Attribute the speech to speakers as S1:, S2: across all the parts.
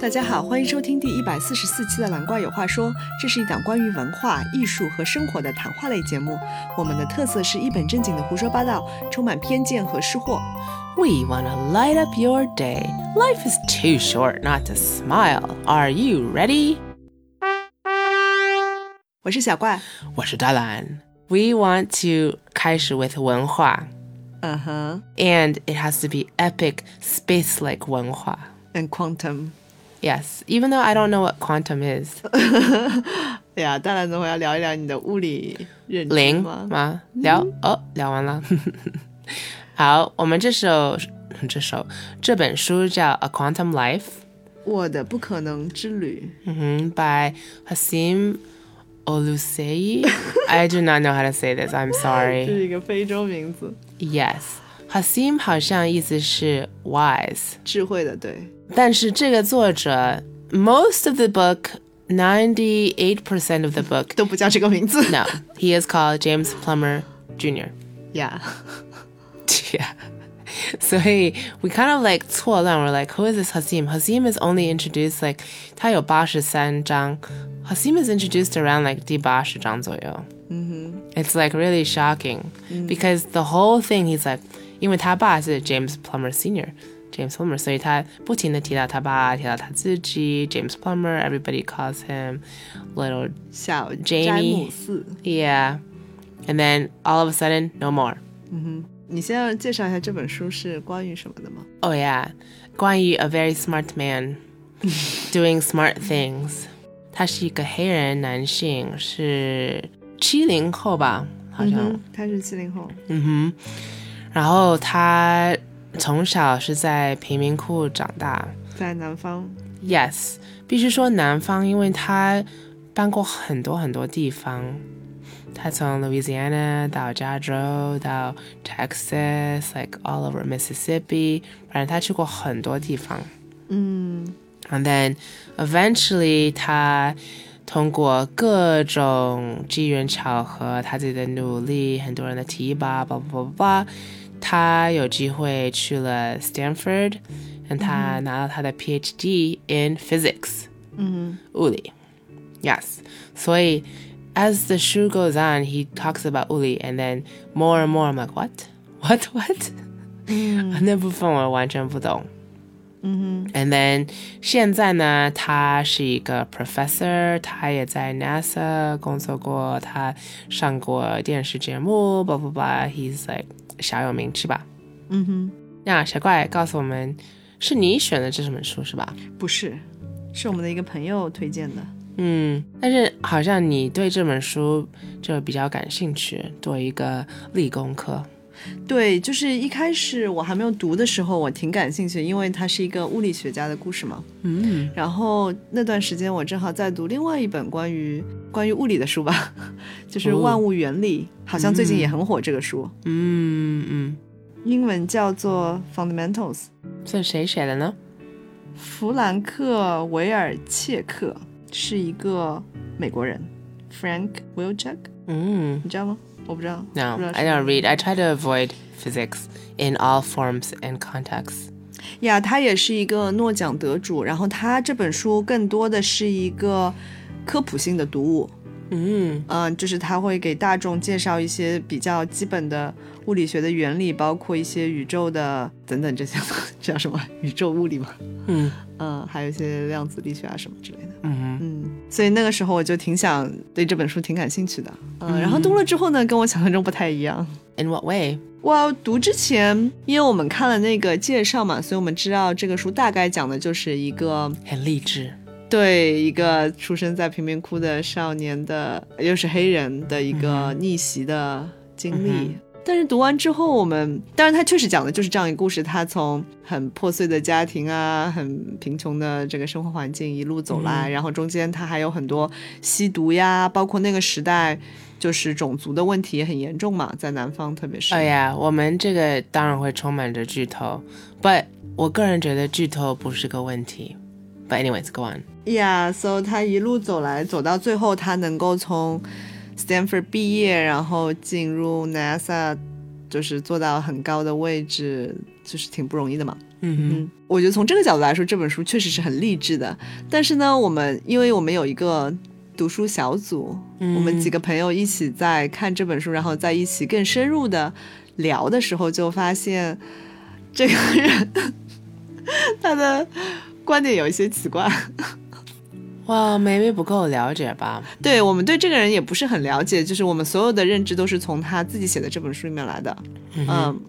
S1: 大家好，欢迎收听第一百四十四期的《蓝怪有话说》，这是一档关于文化艺术和生活的谈话类节目。我们的特色是一本正经的胡说八道，充满偏见和失货。
S2: We want to light up your day. Life is too short not to smile. Are you ready?
S1: 我是小怪，
S2: 我是大懒. We want to 开始 with 文化,
S1: 嗯哼
S2: and it has to be epic space like 文化.
S1: ，and quantum。
S2: Yes, even though I don't know what quantum is.
S1: 对哎呀，当然，等会要聊一聊你的物理认知
S2: 零
S1: 吗？
S2: 吗？聊哦，聊完了。Oh, 好，我们这首这首这本书叫《A Quantum Life》，
S1: 我的不可能之旅。
S2: 嗯哼，by Mm-hmm. Hasim Olusei。I do not know how to say this. I'm
S1: 这
S2: sorry.
S1: 是一个非洲名字，
S2: Yes, Hasim 好像意思是 wise，
S1: 智慧的对。
S2: 但是这个作者 most of the book, ninety eight percent of the book,
S1: 都不叫这个名字
S2: no, he is called James Plummer Jr.
S1: 呀
S2: Yeah. So hey, we kind of like 错乱. We're like, who is this Hasim? Hasim is only introduced like 他有八十三章. Hasim is introduced around like 第八十章左右. It's like really shocking because the whole thing he's like, 因为他爸是 James Plummer Senior. James Plummer, so he James Plummer, everybody calls him little
S1: 小詹
S2: Jamie
S1: 姆斯。
S2: yeah. And then all of a sudden, no more.
S1: 你先要介绍一下这本书是关于什么的吗？
S2: Oh yeah, Guan Yu, a very smart man, doing smart things. 他是一个黑人男性，是七零后吧，好像。
S1: 嗯他是七零后，
S2: 嗯哼，然后他从小是在贫民窟长大。
S1: 在南方，
S2: Yes，必须说南方，因为他搬过很多很多地方。他从 Louisiana 到加州，到 Texas，like all over Mississippi，反正他去过很多地方。
S1: 嗯
S2: And then eventually 他通过各种机缘巧合，他自己的努力，很多人的提拔，叭叭叭叭，他有机会去了 Stanford，让他拿到他的 PhD in physics
S1: 嗯，
S2: 物理。Yes，所以 as the show goes on, he talks about 物理，and then more and more I'm like what what what，、那 部分我完全不懂。And
S1: 嗯
S2: then 现在呢，他是一个 professor，他也在 NASA 工作过，他上过电视节目，blah blah blah，he's like 小有名气吧。
S1: 嗯哼，
S2: 那小怪告诉我们，是你选的这本书是吧？
S1: 不是，是我们的一个朋友推荐的。
S2: 嗯，但是好像你对这本书就比较感兴趣，做一个立功课。
S1: 对，就是一开始我还没有读的时候，我挺感兴趣，因为它是一个物理学家的故事嘛。
S2: 嗯
S1: 然后那段时间我正好在读另外一本关于关于物理的书吧， 就是《
S2: 哦
S1: 万物原理》，好像最近也很火这个书，
S2: 嗯嗯，
S1: 英文叫做《Fundamentals》。
S2: 这谁写的呢？
S1: 弗兰克·维尔切克是一个美国人，Frank Wilczek，
S2: 嗯
S1: 你知道吗？我不知道。
S2: ，No,
S1: 不知道是
S2: I don't read. I try to avoid physics in all forms and contexts.
S1: 呀他也是一个诺奖得主，然后他这本书更多的是一个科普性的读物，
S2: 嗯
S1: 嗯、就是他会给大众介绍一些比较基本的物理学的原理，包括一些宇宙的等等这些，这 叫什么？宇宙物理吗？
S2: 嗯
S1: 嗯、还有一些量子力学啊什么之类的。
S2: 嗯
S1: 嗯，所以那个时候我就挺想对这本书挺感兴趣的，嗯，然后读了之后呢，跟我想象中不太一样。
S2: ，In what way？
S1: 哇，读之前，因为我们看了那个介绍嘛，所以我们知道这个书大概讲的就是一个
S2: 很励志。
S1: 对一个出生在贫民窟的少年的，又是黑人的一个逆袭的经历。
S2: 嗯
S1: 但是读完之后，我们当然他确实讲的就是这样一个故事，他从很破碎的家庭啊，很贫穷的这个生活环境一路走来，然后中间他还有很多吸毒呀，包括那个时代。就是种族的问题也很严重嘛，在南方特别是。
S2: 哎呀，Oh, 我们这个当然会充满着剧透，but 我个人觉得剧透不是个问题。But anyways, go on.
S1: 呀，so 他一路走来，走到最后，他能够从 Stanford 毕业，然后进入 NASA 就是做到很高的位置，就是挺不容易的嘛。
S2: 嗯
S1: 嗯，我觉得从这个角度来说，这本书确实是很励志的。但是呢，我们因为我们有一个读书小组，
S2: 嗯
S1: 我们几个朋友一起在看这本书，然后在一起更深入的聊的时候，就发现这个人 他的观点有一些奇怪。
S2: 哼，哇，梅梅不够了解吧？
S1: 对我们对这个人也不是很了解，就是我们所有的认知都是从他自己写的这本书里面来的。
S2: 嗯哼
S1: 嗯，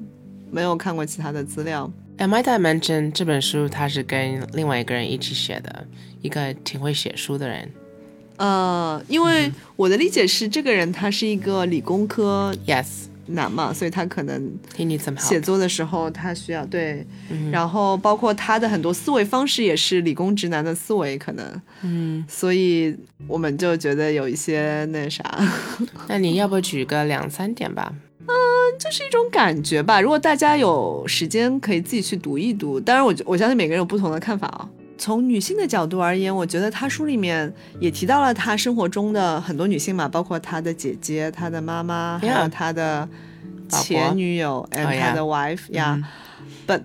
S1: 没有看过其他的资料。
S2: And might Um, I mention 这本书它是跟另外一个人一起写的，一个挺会写书的人。
S1: 呃，因
S2: 嗯
S1: 为我的理解是，这个人他是一个理工科
S2: Yes,
S1: 男嘛，所以他可能
S2: he needs some
S1: 写
S2: help.
S1: 作的时候他需要对，
S2: 嗯
S1: 然后包括他的很多思维方式也是理工直男的思维，可能，
S2: 嗯，
S1: 所以我们就觉得有一些那啥，
S2: 那你要不举个两三点吧？
S1: 就是一种感觉吧。如果大家有时间，可以自己去读一读。当然我，我相信每个人有不同的看法啊。从女性的角度而言，我觉得她书里面也提到了她生活中的很多女性嘛，包括她的姐姐、她的妈妈，还
S2: Yeah
S1: 有她的
S2: 老婆
S1: 前女友
S2: Oh,
S1: and
S2: yeah
S1: 她的 wife 呀。But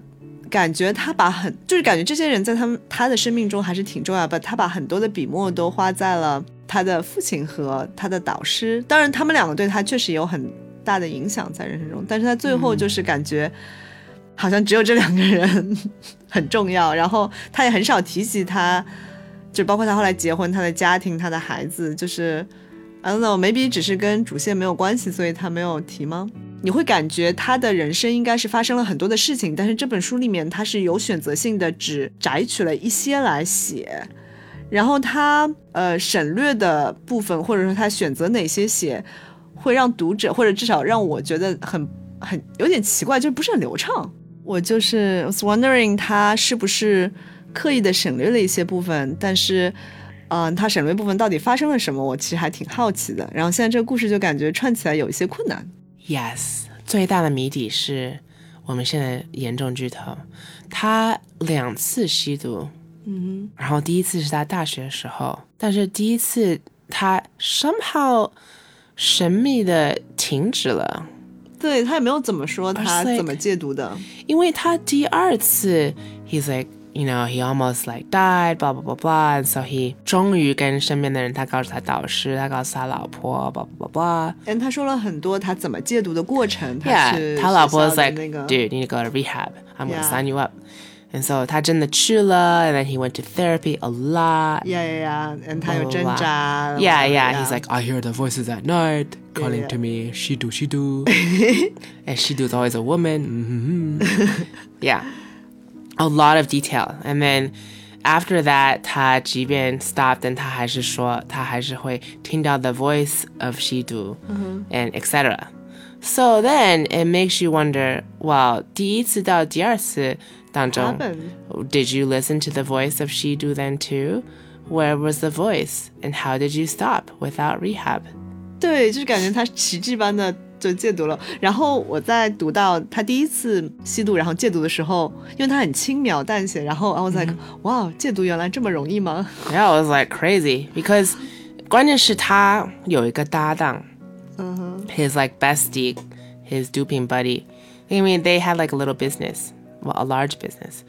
S1: 感觉她把很就是感觉这些人在他们她的生命中还是挺重要的。她把很多的笔墨都花在了她的父亲和她的导师，当然他们两个对她确实有很大的影响在人生中，但是她最后就是感觉。好像只有这两个人很重要，然后她也很少提及她，就包括她后来结婚、她的家庭、她的孩子，就是，I don't know，maybe 只是跟主线没有关系，所以她没有提吗？你会感觉她的人生应该是发生了很多的事情，但是这本书里面她是有选择性的，只摘取了一些来写，然后她呃省略的部分，或者说她选择哪些写，会让读者或者至少让我觉得很很有点奇怪，就是不是很流畅。我就是 I was wondering 他是不是刻意的省略了一些部分，但是，嗯、他省略部分到底发生了什么，我其实还挺好奇的。然后现在这个故事就感觉串起来有一些困难。
S2: Yes，最大的谜底是我们现在严重剧透，他两次吸毒，
S1: 嗯
S2: 然后第一次是他大学的时候，但是第一次他 somehow 神秘的停止了。
S1: 对他也没有怎么说
S2: Or
S1: 他
S2: like-
S1: 怎么戒毒的。
S2: 因为他第二次，he's like you know he almost like died blah blah blah blah and so he 终于跟身边的人，他告诉他导师，他告诉他老婆 blah blah blah blah
S1: 嗯，他说了很多他怎么戒毒的过程，他是
S2: yeah 他老
S1: 学
S2: 婆 is
S1: 校的
S2: like
S1: 那个
S2: dude you need to go to rehab I'm
S1: Yeah.
S2: gonna sign you up and so 他真的去了 and then he went to therapy a lot
S1: Yeah, yeah, yeah. And 他有
S2: blah,
S1: 挣
S2: blah, blah.
S1: 扎。
S2: Yeah,
S1: whatever,
S2: yeah. He's like, I hear the voices at night calling
S1: yeah.
S2: to me, Shidu, Shidu. and Shidu's always a woman. Mhm. yeah. A lot of detail. And then after that, 他即便 stopped and 他还是说他还是会听到 the voice of Shidu and etc. So then it makes you wonder, well, 第一次到第二次当中
S1: happened.
S2: did you listen to the voice of Shidu then too? Where was the voice? And how did you stop without rehab?
S1: 对，就是感觉他奇迹般的就戒毒了。然后我在读到他第一次吸毒，然后戒毒的时候，因为他很轻描淡写，然后 I was like，哇、
S2: 嗯
S1: 戒毒原来这么容易吗？
S2: Yeah, it was like crazy because 关键是他有一个搭档
S1: 嗯哼，
S2: his like bestie, his duping buddy. I mean, they had like a little business, well, a large business,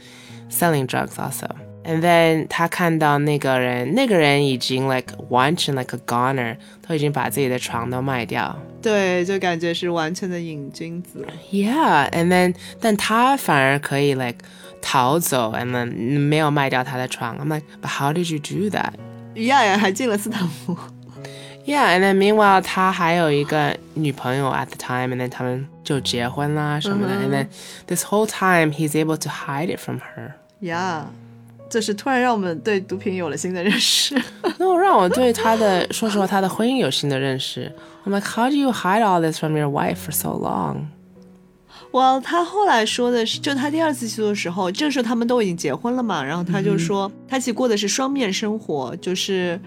S2: selling drugs also. And then 他看到那个人，那个人已经 like 完全 like a goner，他已经把自己的床都卖掉。
S1: 对，就感觉是完全的瘾君子。
S2: Yeah, and then 但他反而可以 like 逃走 and then 没有卖掉他的床。I'm like, but how did you do that?
S1: 于亚然还进了斯坦福。
S2: Yeah, and then meanwhile 他还有一个女朋友 at the time, and then 他们就结婚啦什么的。And
S1: 嗯
S2: then this whole time he's able to hide it from her.
S1: 呀、就是突然让我们对毒品有了新的认识。
S2: 那让我对他的说实话他的婚姻有新的认识。I'm like, how do you hide all this from your wife for so long?
S1: 哇，他后来说的是，就他第二次去的时候，这个时候他们都已经结婚了嘛，然后他就说，他其实过的是双面生活，就是，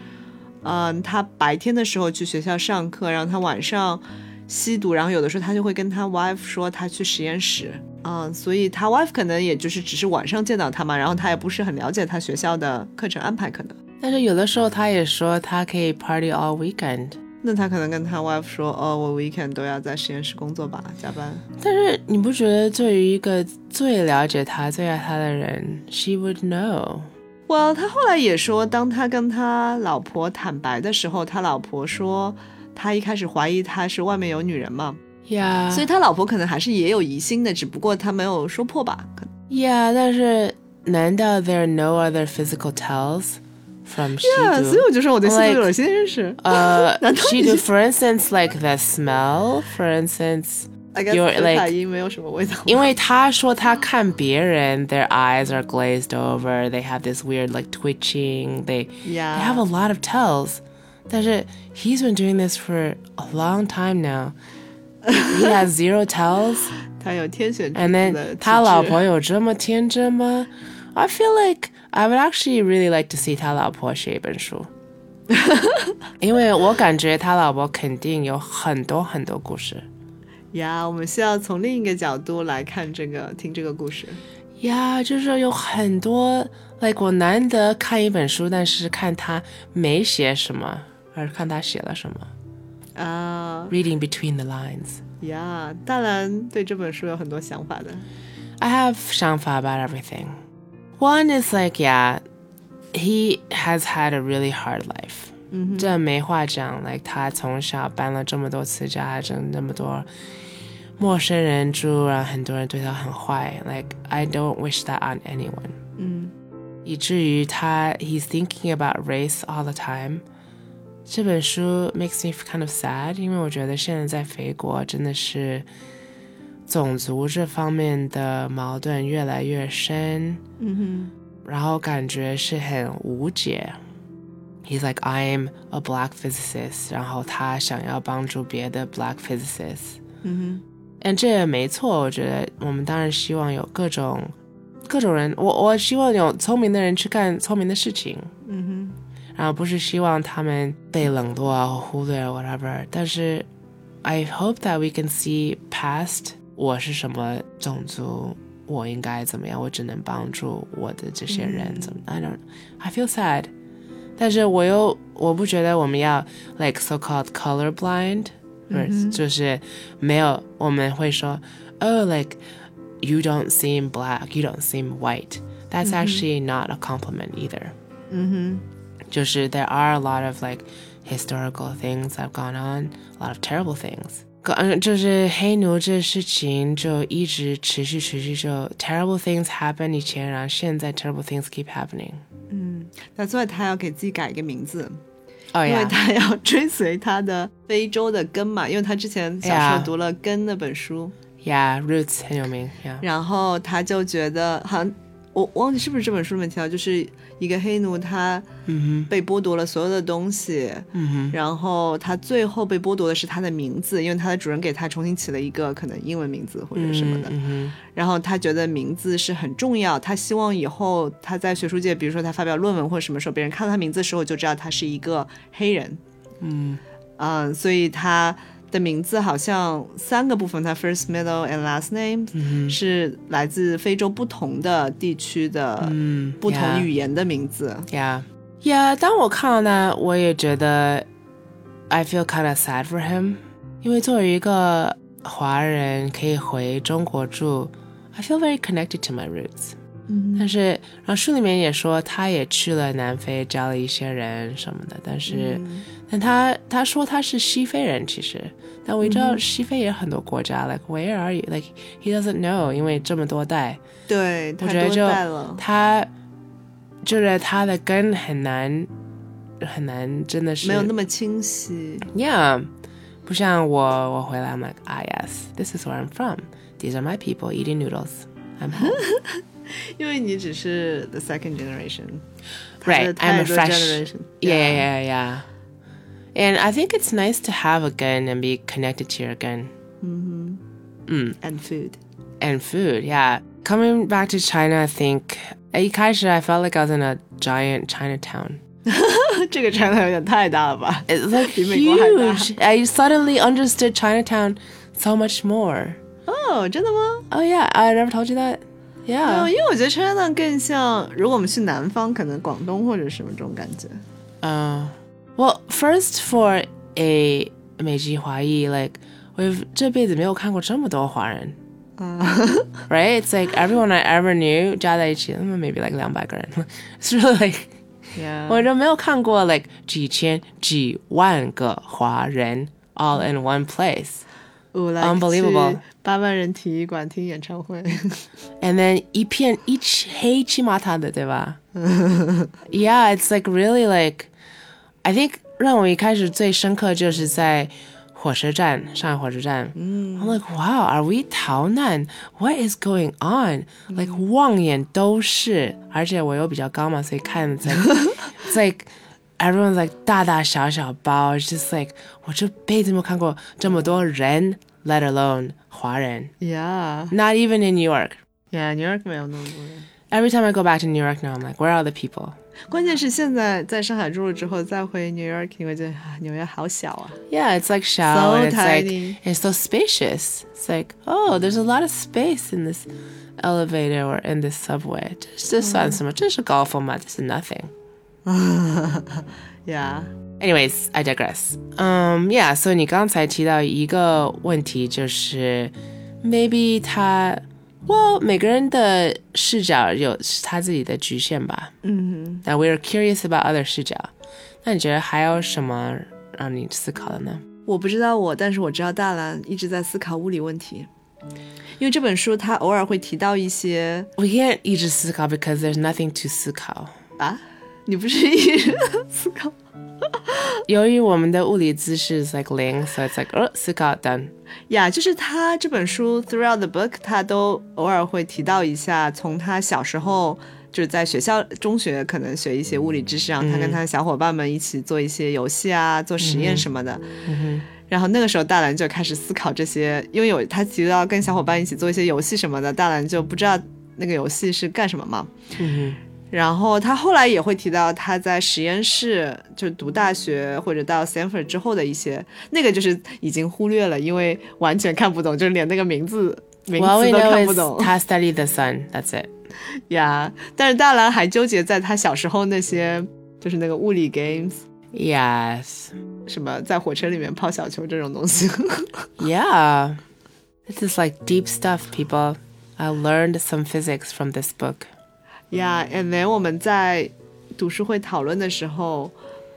S1: 嗯、他白天的时候去学校上课，然后他晚上吸毒，然后有的时候他就会跟他 wife 说他去实验室，嗯、所以他 wife 可能也就是只是晚上见到他嘛，然后他也不是很了解他学校的课程安排，可能。
S2: 但是有的时候他也说他可以 party all weekend。
S1: 那他可能跟他 wife 说，哦，我 weekend 都要在实验室工作吧，加班。
S2: 但是你不觉得对于一个最了解他、最爱他的人，she would know？
S1: well，他后来也说，当他跟他老婆坦白的时候，他老婆说，他一开始怀疑他是外面有女人嘛，
S2: 呀，
S1: 所以他老婆可能还是也有疑心的，只不过他没有说破吧。可
S2: Yeah，但是难道 there are no other physical tells from
S1: Yeah，所以啊
S2: Shidu？
S1: 我就说我对西
S2: Like-
S1: 多有些认识。
S2: 呃、
S1: 难道
S2: s h i
S1: 你
S2: d u for instance, like the smell, for instance，
S1: I guess
S2: you're
S1: 斯凯
S2: like-
S1: 因没有什么味道。
S2: 因为他说他看别人，their eyes are glazed over, they have this weird like twitching, they they have a
S1: Yeah，
S2: lot of tells. 但是 he's been doing this for a long time now. He has zero tells.
S1: 他有天选之
S2: And
S1: 子
S2: then
S1: 的气质。
S2: 他老婆有这么天真吗？I feel like I would actually really like to see 他老婆写一本书，因为我感觉他老婆肯定有很多很多故事。
S1: 呀我们需要从另一个角度来看这个，听这个故事。
S2: 呀就是有很多，like 我难得看一本书，但是看他没写什么，而是看他写了什么。
S1: 啊
S2: Reading between the lines,
S1: 呀，大兰对这本书有很多想法的。
S2: I have 想法 about everything. One is like, yeah, he has had a really hard life.
S1: 嗯哼，
S2: 这没话讲，like 他从小搬了这么多次家，跟那么多陌生人住，然后很多人对他很坏，like I don't wish that on anyone，
S1: 嗯
S2: 以至于他 he's thinking about race all the time。这本书 makes me kind of sad，因为我觉得现在在肥国真的是种族这方面的矛盾越来越深。
S1: 嗯
S2: 然后感觉是很无解。He's like, I am a black physicist. 然后他想要帮助别的 black physicists.
S1: 哼，嗯
S2: And 这也没错，我觉得我们当然希望有各种-各种人，我-我希望有聪明的人去干聪明的事情，然后不是希
S1: 哼，嗯哼，
S2: 望他们被冷落啊、忽略啊 whatever。但是 I hope that we can see past 我是什么种族，我应该怎么样，我只能帮助我的这些人，怎么？I don't, I feel sad，但是我又我不觉得我们要 like so called color blind，、就是没有我们会说，oh like you don't seem black, you don't seem white. That's actually not a compliment either.
S1: 嗯
S2: 就是 there are a lot of like historical things that have gone on, a lot of terrible things. uh, 嗯，就是黑奴这事情就一直持续持续，就 terrible things happen 以前，然后现在 terrible things keep happening。
S1: 哼，嗯。That's why 他要给自己改一个名字。
S2: 哦
S1: 因为
S2: 呀，
S1: 他要追随他的非洲的根嘛，因为他之前小时
S2: Yeah.
S1: 候读了《根》那本书
S2: 嗯呀，Roots 很有名呀。
S1: 然后他就觉得好像。我忘记是不是这本书里面提到，就是一个黑奴，他
S2: 嗯
S1: 被剥夺了所有的东西，
S2: 哼，嗯
S1: 然后他最后被剥夺的是他的名字，因为他的主人给他重新起了一个可能英文名字或
S2: 哼，
S1: 者什么的。
S2: 嗯
S1: 然后他觉得名字是很重要，他希望以后他在学术界，比如说他发表论文或者什么时候，别人看到他名字的时候就知道他是一个黑人。
S2: 嗯
S1: 嗯，所以他的名字好像三个部分，他 first、middle and last name、
S2: 嗯
S1: 是来自非洲不同的地区的、
S2: 嗯，
S1: Mm-hmm. 不同语言的名字。
S2: Yeah. Yeah, 当我看到呢，我也觉得 I feel kind of sad for him，因为作为一个华人可以回中国住，I feel very connected to my roots。
S1: 嗯
S2: 但是，然后书里面也说，他也去了南非，教了一些人什么的。但是，
S1: 嗯
S2: 但他他说他是西非人，其实，但我也知道西非也很多国家、l i k e where are you？Like he doesn't know，因为这么多代。
S1: 对，
S2: 我
S1: 太
S2: 觉得
S1: 多
S2: 就
S1: 代了。
S2: 他就是他的根很难很难，真的是
S1: 没有那么清晰，
S2: yeah，不像我我回来 I'm like ah yes this is where I'm from these are my people eating noodles I'm home
S1: 因为你只是 the second generation，他
S2: Right,
S1: 是太
S2: I'm a
S1: 多
S2: fresh-
S1: generation。
S2: yeah yeah yeah, yeah and I think it's nice to have a gun and be connected to your gun 嗯。
S1: and food。
S2: and food. Yeah. Coming back to China, I think 一开始 I felt like I was in a giant Chinatown.
S1: 这个 China 有点太大了吧？
S2: It's like
S1: 比美国还大。
S2: huge. I suddenly understood Chinatown so much more.
S1: 哦、真的吗？
S2: Oh yeah, I never told you that.
S1: 嗯、
S2: Yeah.
S1: 因为我觉得 China 更像，如果我们去南方，可能广东或者什么这种感觉。
S2: Uh, well, first for 诶美籍华裔，like we've 这辈子没有看过这么多华人。right? It's like everyone I ever knew 加在一起，嗯 maybe like 两百个人。It's really like
S1: Yeah.
S2: 我就没有看过 like 几千几万个华人 all in one place。
S1: 我来
S2: Unbelievable
S1: 去八万人体育馆听演唱会，
S2: and then 一片一黑漆麻塔的，对吧？yeah, it's like really like I think 让我一开始最深刻就是在火车站，上海火车站。I'm like, wow, are we 逃难? What is going on? Like 望眼都是，而且我又比较高嘛，所以看 it's like it's like everyone's like 大大小小包。It's just like 我这辈子没有看过这么多人，let alone 华人。
S1: yeah
S2: Not even in New York.
S1: yeah，New York 没有那么多人。
S2: Every time I go back to New York now, I'm like, where are the people?
S1: 关键是现在在上海住了之后，再回 New York，你会觉得啊，纽约好小啊。
S2: Yeah, it's like shallow.
S1: So
S2: and it's
S1: tiny.
S2: like it's so spacious. It's like, oh, there's a lot of space in this elevator or in this subway. Just just mm. so much. Just a golf mat. This is nothing.
S1: Yeah，
S2: Anyways, I digress. Um, yeah. So 你刚才提到一个问题，就是 maybe 他 well 每个人的视角有他自己的局限吧。
S1: 嗯
S2: 那 we're curious about other 视角。那你觉得还有什么让你思考的呢？
S1: 哼，我不知道我，但是我知道大兰一直在思考物理问题，因为这本书它偶尔会提到一些
S2: We can't 一直思考 because there's nothing to 思考。
S1: 啊，你不是一直思考？
S2: 由于我们的物理知识 is like 零，so it's like 哦，思考 done。
S1: 呀就是他这本书 throughout the book，他都偶尔会提到一下，从他小时候就是在学校中学可能学一些物理知识，然后他跟他的小伙伴们一起做一些游戏啊，做实验什么的。然后那个时候，大兰就开始思考这些，因为有他提到跟小伙伴一起做一些游戏什么的，大兰就不知道那个游戏是干什么嘛。
S2: 嗯
S1: 然后他后来也会提到他在实验室就读大学或者到 Stanford 之后的一些，那个就是已经忽略了，因为完全看不懂，就是连那个名字
S2: 哼
S1: 名
S2: Well,
S1: 字都
S2: we know
S1: 看不
S2: is
S1: 懂
S2: 他 study the sun. That's it.
S1: 呀。但是大兰还纠结在他小时候那些，就是那个物理 games，
S2: Yes.
S1: 什么在火车里面抛小球这种东西。
S2: Yeah. This is like deep stuff, people. I learned some physics from this book.
S1: Yeah，and then 我们在读书会讨论的时候，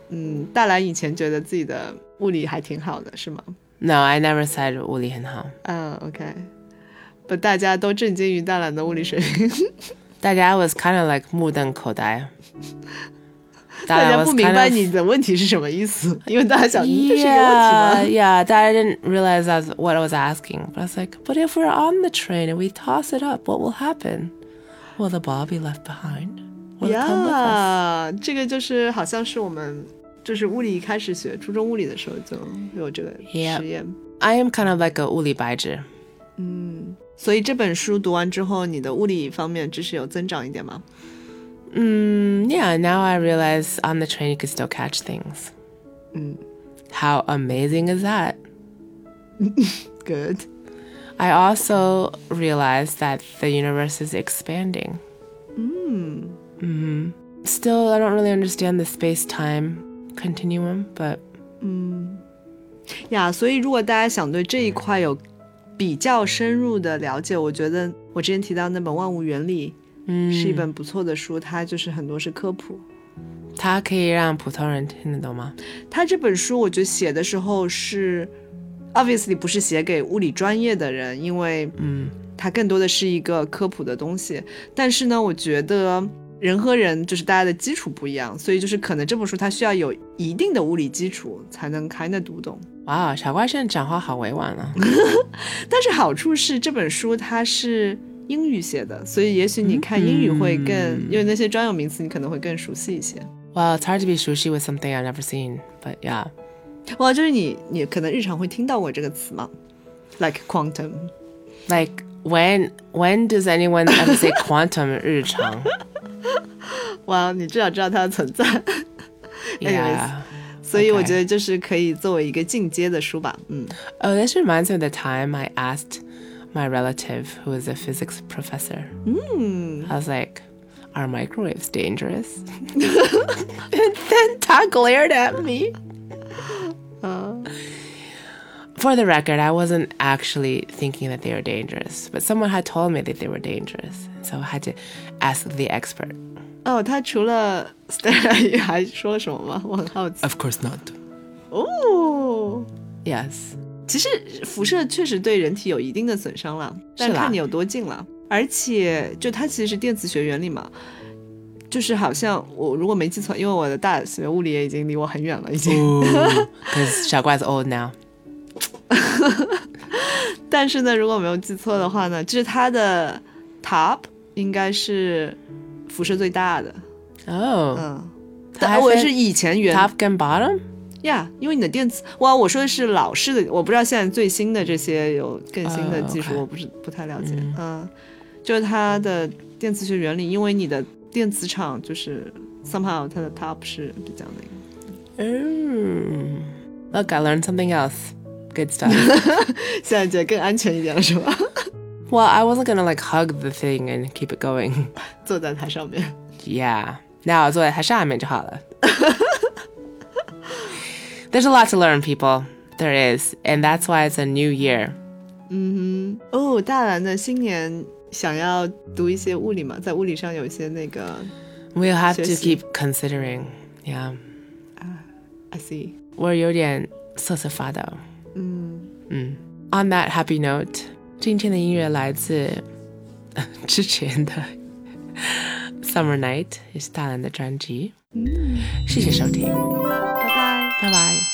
S1: 嗯，大兰以前觉得自己的物理还挺好的，是吗？
S2: No, I never said 物理很好。
S1: 嗯，OK，不，大家都震惊于大兰的物理水平，
S2: 大家 was kind of like 目瞪口呆。
S1: 大家
S2: was
S1: 不明
S2: kind
S1: 白
S2: of-
S1: 你的问题是什么意思，因为大家 想你这是一个问
S2: Yeah,
S1: 题吗？
S2: yeah. That I didn't realize that's what I was asking. But I was like, but if we're on the train and we toss it up, what will happen? Will the ball be left behind? Will it come with us?
S1: 呀，这个就是好像是我们就是物理开始学初中物理的时候就有这个实
S2: Yeah
S1: 验
S2: I am kind of like a 物理白纸。
S1: 嗯所以这本书读完之后，你的物理方面知识有增长一点吗？
S2: Mm, yeah, now I realize on the train you can still catch things.
S1: Mm.
S2: How amazing is that?
S1: Good.
S2: I also realized that the universe is expanding. Mm. hmm Still, I don't really understand the space time continuum, but
S1: 嗯呀所以如果大家想对这一块有比较深入的了解，我觉得我之前提到那本《万物原理》
S2: 嗯
S1: 是一本不错的书，它就是很多是科普。
S2: 它可以让普通人听得懂吗？
S1: 它这本书我觉得写的时候是，obviously 不是写给物理专业的人，因为
S2: 嗯
S1: 它更多的是一个科普的东西。但是呢，我觉得人和人就是大家的基础不一样，所以就是可能这本书它需要有一定的物理基础才能 kind of 读懂。
S2: 哇，傻瓜现在讲话好委婉啊！
S1: 但是好处是这本书它是英语写的，所以也许你看英语会更，因为那些专有名词你可能会更熟悉一些。
S2: well, it's hard to be sushi with something I've never seen, but yeah.
S1: 哇，就是你你可能日常会听到过这个词嘛，like quantum。
S2: Like when when does anyone ever say quantum 日常
S1: 哇，你至少知道它的存在，
S2: ？Yeah.
S1: 所以我
S2: OK
S1: 觉得就是可以作为一个进阶的书吧。嗯
S2: Oh, this reminds me of the time I asked my relative, who is a physics professor.
S1: Hmm.
S2: Mm. I was like, "Are microwaves dangerous?" and then Ta glared at me.
S1: 啊
S2: For the record, I wasn't actually thinking that they were dangerous, but someone had told me that they were dangerous. So I had to ask the expert.
S1: 哦，他除了 Stella 语还说了什么吗？我很好奇。
S2: Of course not.
S1: 哦，
S2: Yes.
S1: 其实辐射确实对人体有一定的损伤了，但
S2: 是啦
S1: 看你有多近了。而且就它其实是电子学原理嘛，就是好像我如果没记错，因为我的大学物理也已经离我很远了，已经。
S2: Because Shagua's old now.
S1: 但是呢，如果没有记错的话呢，就是它的 top 应该是辐射最大的，
S2: Oh.
S1: 嗯。
S2: 它
S1: Uh,
S2: 还
S1: 但我
S2: 分
S1: 是以前原
S2: Top and bottom?
S1: 呀因为你的电子哇，我说的是老式的，我不知道现在最新的这些有更新的
S2: 呃
S1: 技术
S2: OK
S1: 我不是不太了解。嗯、就是它的电磁学原理，因为你的电磁场就是 somehow 它的 top 是比较那个，
S2: Mm. Look, I learned something else. Good stuff.
S1: 现在觉得更安全一点了，是吧？
S2: well, I wasn't gonna like hug the thing and keep it going.
S1: 坐在它上面，
S2: Yeah. Now it's what Hashaminjahala. There's a lot to learn, people. There is. And that's why it's a new year.
S1: 嗯哼，哦，大兰的新年想要读一些物理嘛，在物理上有一些那个
S2: We'll have to
S1: Seriously.
S2: keep considering. Yeah.
S1: I see，
S2: We're 有点瑟瑟发抖。
S1: 嗯，
S2: 嗯，On that happy note，今天的音乐来自 之前的 Summer Night，也是大蓝的专辑。谢谢收听，
S1: 拜拜。
S2: 拜拜。